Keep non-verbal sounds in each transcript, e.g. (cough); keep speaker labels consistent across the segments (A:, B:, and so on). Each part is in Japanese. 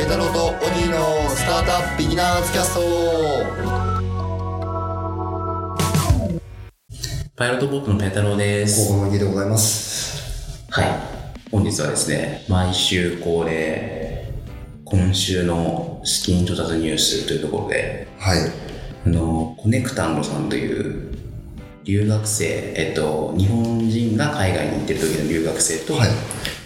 A: イ太郎とオギーのスタートアップビギナーズキャスト
B: パイロットボートのペンタロウです。
A: 高校の家でございます
B: はい。本日はですね、毎週恒例、今週の資金調達ニュースというところで、
A: はい
B: あの、コネクタンドさんという、留学生、えっと、日本人が海外に行ってる時の留学生と、
A: はい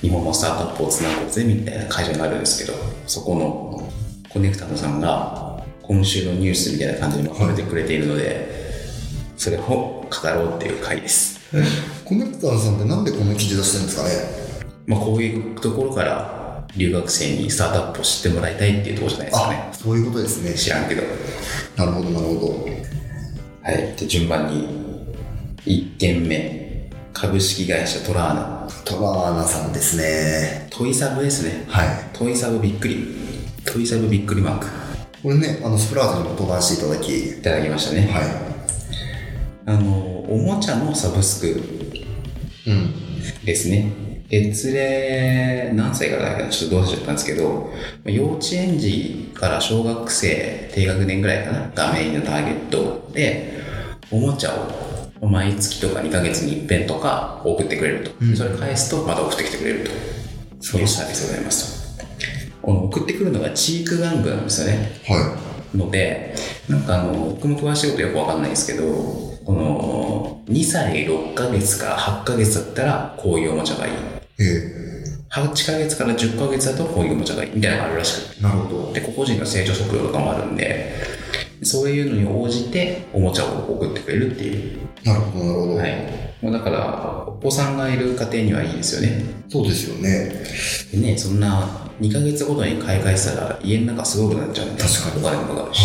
B: 日本のスタートアップをつなごうぜみたいな会社があるんですけど、そこのコネクタンドさんが、今週のニュースみたいな感じにまとめてくれているので、それを語ろうっていう回です。
A: コネクターさんってなんでこの記事出してるんですかね
B: まあ、こういうところから留学生にスタートアップを知ってもらいたいっていうところじゃないですかね
A: あそういうことですね
B: 知らんけど
A: なるほどなるほ
B: はいで順番に1件目株式会社トラーナ
A: どトラーナさんですね
B: トイサブですね
A: はい
B: トイサブびっくりトイサブびっくりマーク
A: これねあのスプラートにも登壇していただき
B: いただきましたね、
A: は
B: あのおもちゃのサブスク
A: いうん
B: ですね月齢何歳からだかちょっとどうしちゃったんですけどまあ幼稚園児から小学生低学年ぐらいかながメインのターゲットでおもちゃを毎月とか2ヶ月に一遍とか送ってくれると、
A: うん
B: それ返すとまた送ってきてくれるとそういうサービスでございますとこの送ってくるのがチーク玩具なんですよね
A: は
B: のでなんかあの僕も詳しいことよくわかんないですけどこの2歳6ヶ月から8ヶ月だったらこういうおもちゃがいい
A: いえ
B: 8ヶ月から10ヶ月だとこういうおもちゃがいいみたいなのがあるらしく
A: えなるほど
B: てで個々人の成長速度とかもあるんでそういうのに応じておもちゃを送ってくれるっていう、
A: なるほどなるほど、
B: はい、もうだからお子さんがいる家庭にはいいですよね
A: そうですよね
B: でねそんな2ヶ月ごとに買い替えしたら家の中すごくなっちゃうんで
A: 確かに
B: お金もかかるし、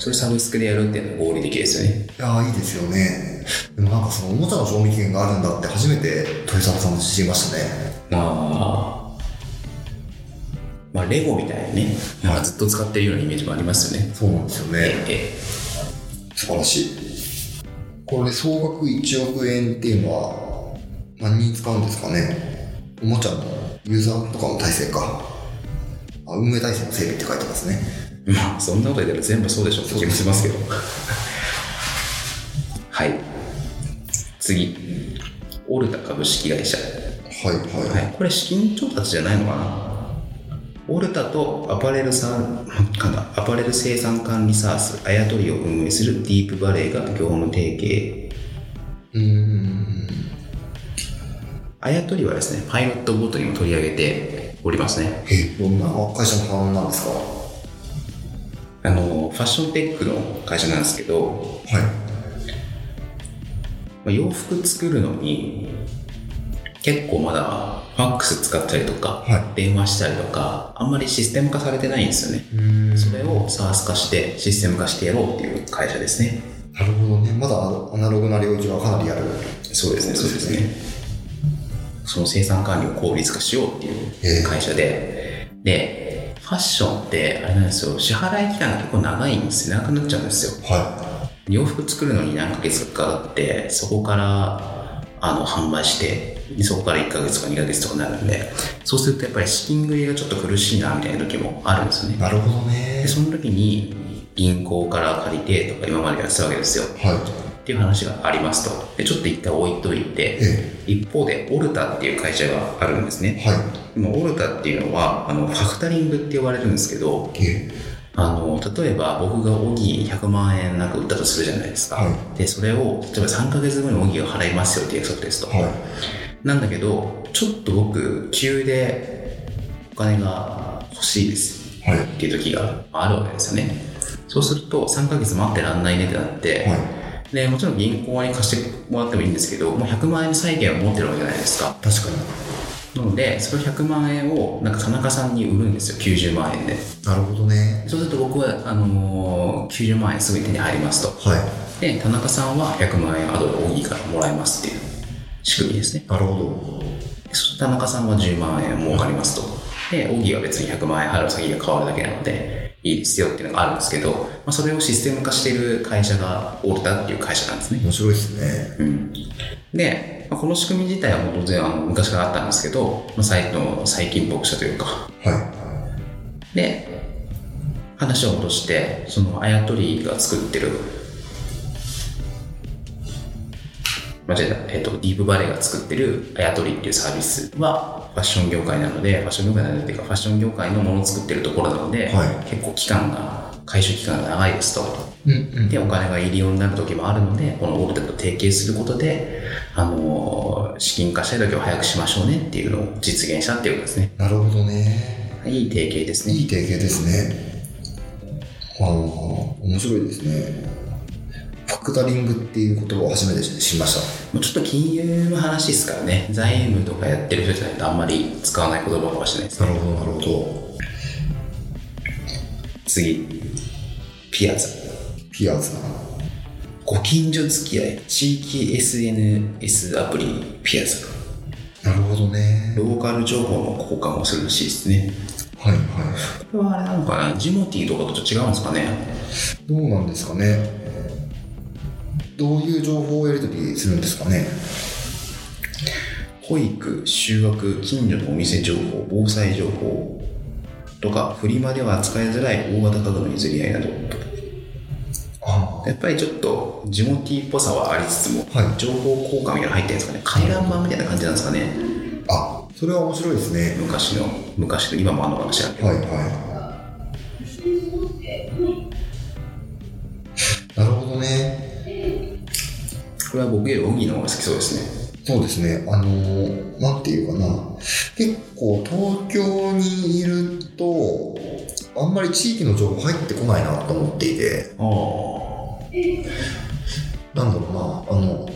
B: それサブスクでやるっていうのが合理的ですよね
A: いやーいいですよねでもなんかそのおもちゃの賞味期限があるんだって初めて豊沢さんも知りましたね
B: あーまあレゴみたいにねなんかずっと使ってるようなイメージもありますよね、
A: そうなんですよ
B: え
A: ね
B: え
A: 素晴らしいこれ総額1億円っていうのは何に使うんですかねおもちゃのユーザーとかの体制かあ運営体制の整備って書いてますね
B: まあそんなこと言ったら全部そうでしょって気もします (laughs) けどはい次オルタ株式会社、
A: はいはい、
B: はい、これ資金調達じゃないのかなオルタとアパレルさんかなアパレル生産管理サースあやとりを運営するディープバレーが業務提携
A: うーん
B: あやとりはですねパイロットボートにも取り上げておりますね
A: えどんな会社の反応なんですかは
B: あのファッションテックの会社なんですけど、まあ、洋服作るのに結構まだファックス使ったりとか、
A: は
B: 電話したりとかあんまりシステム化されてないんですよね
A: いうん
B: それを s a ス s 化してシステム化してやろうっていう会社ですね
A: なるほどねまだアナログな領域はかなりある
B: そうですねそうですねその生産管理を効率化しようっていう会社で、でファッションってあれなんですよ支払い期間が結構長いんですよ長くなっちゃうんですよ
A: は
B: 洋服作るのに何ヶ月かかかってそこからあの販売してでそこから1ヶ月とか2ヶ月とかなるんでそうするとやっぱり資金繰りがちょっと苦しいなみたいな時もあるんですよ
A: い
B: ね
A: なるほどね
B: でその時に銀行から借りてとか今までやってたわけですよ
A: はい
B: っていう話がありますとでちょっと一回置いといて
A: え
B: 一方でオルタっていう会社があるんです
A: え
B: ね
A: は
B: 今オルタっていうのはあのファクタリングって呼ばれるんですけど
A: いえ
B: あの例えば僕がオギー100万円なんか売ったとするじゃないですか、
A: は
B: でそれを例えば3ヶ月後にオギーを払いますよっていう約束ですと、
A: はい
B: なんだけどちょっと僕急でお金が欲しいです
A: はい
B: っていう時があるわけですよねそうすると3ヶ月待ってらんないねってなって、
A: はい
B: でもちろん銀行に貸してもらってもいいんですけどもう100万円の債権を持ってるわけじゃないですか
A: 確か
B: なのでその100万円をなんか田中さんに売るんですよ90万円で
A: になるほどね
B: そうすると僕はあのー90万円すぐに手に入りますと
A: は
B: で田中さんは100万円アドルオギーからもらえますっていう仕組みですね
A: いなるほ
B: でそして田中さんは10万円儲かりますとでオギーは別に100万円払う先が変わるだけなのでいいですよっていうのがあるんですけど、まあ、それをシステム化している会社がオルタっていう会社なんですね
A: 面白いですね
B: うんで、まあこの仕組み自体はもう当然あの昔からあったんですけど、まあ、最の最近僕社というか
A: は
B: で、話を戻して、そのあやとりが作ってる、間違えた、えっと、ディープバレーが作ってるあやとりっていうサービスは、ファッション業界なので、ファッション業界なのでっていうか、ファッション業界のものを作ってるところなので、
A: は
B: 結構期間が、回収期間が長いですと。
A: うんうん
B: でお金が入りようになる時もあるのでこのオルテと提携することで、あのー資金化したい時を早くしましょうねっていうのを実現したっていうことですね
A: なるほどね
B: いい提携ですね
A: いい提携ですねああ面白いですねファクタリングっていう言葉を初めて知りました
B: もうちょっと金融の話ですからね財務とかやってる人じゃないとあんまり使わない言葉かもしれないですね
A: るほどなるほど
B: 次ピアザ
A: ピアーズ
B: ご近所付き合い地域 SNS アプリピアザ
A: なるほどね
B: ローカル情報の交換をするらしいですね
A: はいはい
B: これはあれなのかなジモティーとかとちょっと違うんですかね
A: どうなんですかねどういう情報をやり取りするんですかね
B: 保育、修学、近所のお店情報、防災情報とか、フリマでは扱いづらい大型家具の譲り合いなど、
A: あ
B: やっぱりちょっとジモティーっぽさはありつつも、
A: はい
B: 情報交換みたいなの入ってるんですかね、回覧板みたいな感じなんですかね、
A: あそれは面白いですね
B: 昔の、昔の、今もあんのかもしれないけど、
A: はいはいなるほどね
B: これは僕より荻野の方が好きそうですね。
A: そうですねあのーなんていうかな結構東京にいるとあんまり地域の情報入ってこないなと思っていて
B: ああ、
A: なんだろうな、あの、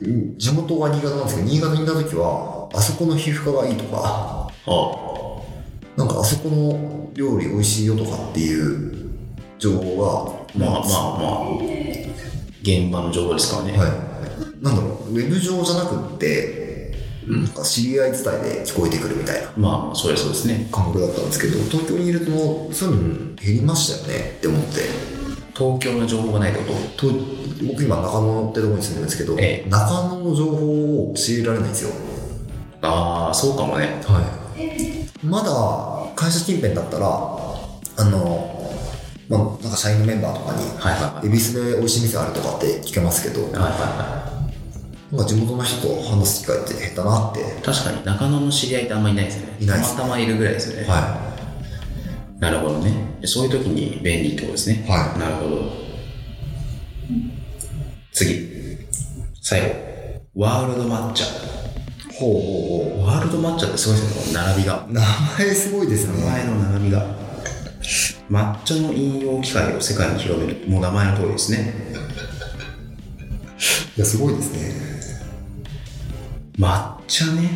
A: うん地元が新潟なんですけど、新潟にいた時は、あそこの皮膚科がいいとか、
B: あ
A: なんかあそこの料理美味しいよとかっていう情報
B: あ、
A: が、
B: まあまあまあ、現場の情報ですからね。
A: はい。なんだろう、ウェブ上じゃなくって、なんか知り合い伝えで聞こえてくるみたいな
B: まあ、そりゃそうですね。
A: 感覚だったんですけど、東京にいると、そういうの減りましたよねって思って。
B: 東京の情報がないってこと
A: と僕今中野ってとこに住んでるんですけど、
B: ええ
A: 中野の情報を教えられないんですよ。
B: ああ、そうかもね。
A: はい、まだ会社近辺だったらあの、まあ、なんか社員のメンバーとかに
B: はいはいはい
A: 恵比寿で美味しい店あるとかって聞けますけど
B: はい
A: な
B: は
A: ん
B: いは
A: か地元の人と話す機会って減ったなって
B: い。確かに中野の知り合いってあんまりいないですよね。
A: いないですね
B: たまたまいるぐらいですよね。
A: は
B: なるほどね。そういう時に便利ってことですね。
A: はい
B: なるほど。次。最後。ワールド抹茶。
A: いほうほうほ
B: ワールド抹茶ってすごいですね、この並びが。
A: う名前すごいです
B: 名
A: ね
B: 前の並びが。抹茶の引用機会を世界に広める。もう名前の通りですね。
A: いやすごいですね
B: 抹茶ね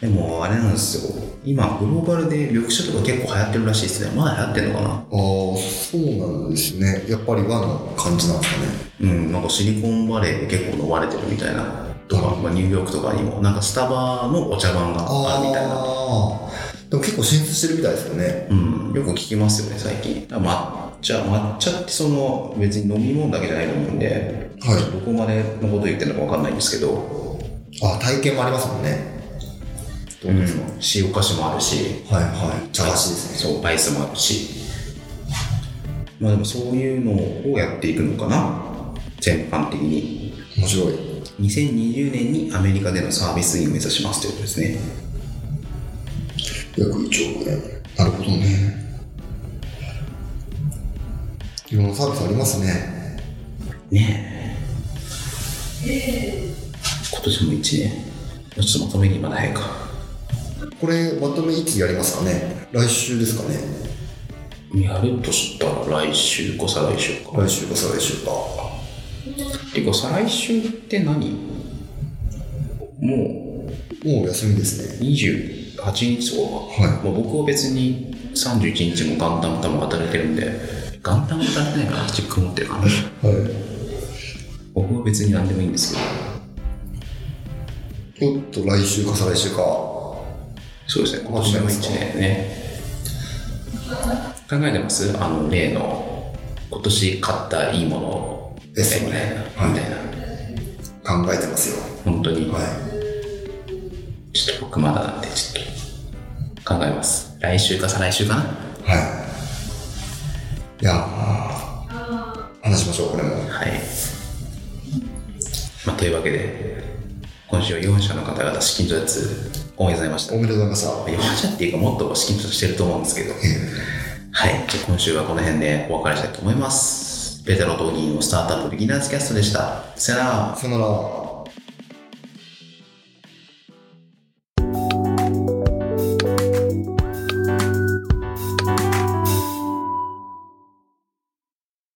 B: でもあれなんですよ今グローバルで緑茶とか結構流行ってるらしいですねまだ流行ってるのかな
A: ああそうなんですねやっぱり和の感じなんですかね
B: うんなんかシリコンバレーで結構飲まれてるみたいなとか、まあ、ニューヨークとかにもなんかスタバのお茶番があるみたいな
A: ああでも結構進出してるみたいですよね
B: うんよく聞きますよね最近だから抹茶抹茶ってその別に飲み物だけじゃないと思うんで、
A: はい
B: どこまでのこと言ってるのか分かんないんですけど
A: あ体験もありますもんねどうですか、
B: うん塩菓子もあるし
A: はいはい茶菓子ですね
B: そうバイスもあるしまあでもそういうのをやっていくのかな全般的に
A: 面白い
B: 2020年にアメリカでのサービスインを目指しますということですね
A: 約1億円なるほどねいろんなサービスありますね
B: ねえ今年も1年ちょっとまとめにまだ早いか
A: これまとめいつやりますかね来週ですかね
B: やるとしたら来週か再来週か
A: 来週か再来週か
B: ていうか再来週って何も
A: もう休みです
B: う
A: ね
B: 28日とか
A: はい
B: まあ、僕は別に31日も元旦も多分働いてるんで元旦も働いてないからチェック持ってるかな
A: はい
B: 僕は別に何でもいいんですけど
A: ちょっと来週か再来週かは
B: そうですね今年も1年ね考えてますあの例の今年買ったいいもの
A: ベスト
B: み
A: ね
B: たいな、
A: はい
B: みたいな
A: 考えてますよ
B: 本当に、
A: は
B: ちょっと僕まだなんでちょっ考えます。来週か再来週かな
A: はい。いやー話しましょう、これも。
B: はい。まあ、というわけで、今週は4社の方々資金調達おめでとうございました
A: お。めでとうございました。
B: 4社っていうかもっと資金調達してると思うんですけど。はい。じゃあ今週はこの辺でお別れしたいと思います。ベテランと議員のスタートアップビギナーズキャストでした。さよなら。
A: さよなら。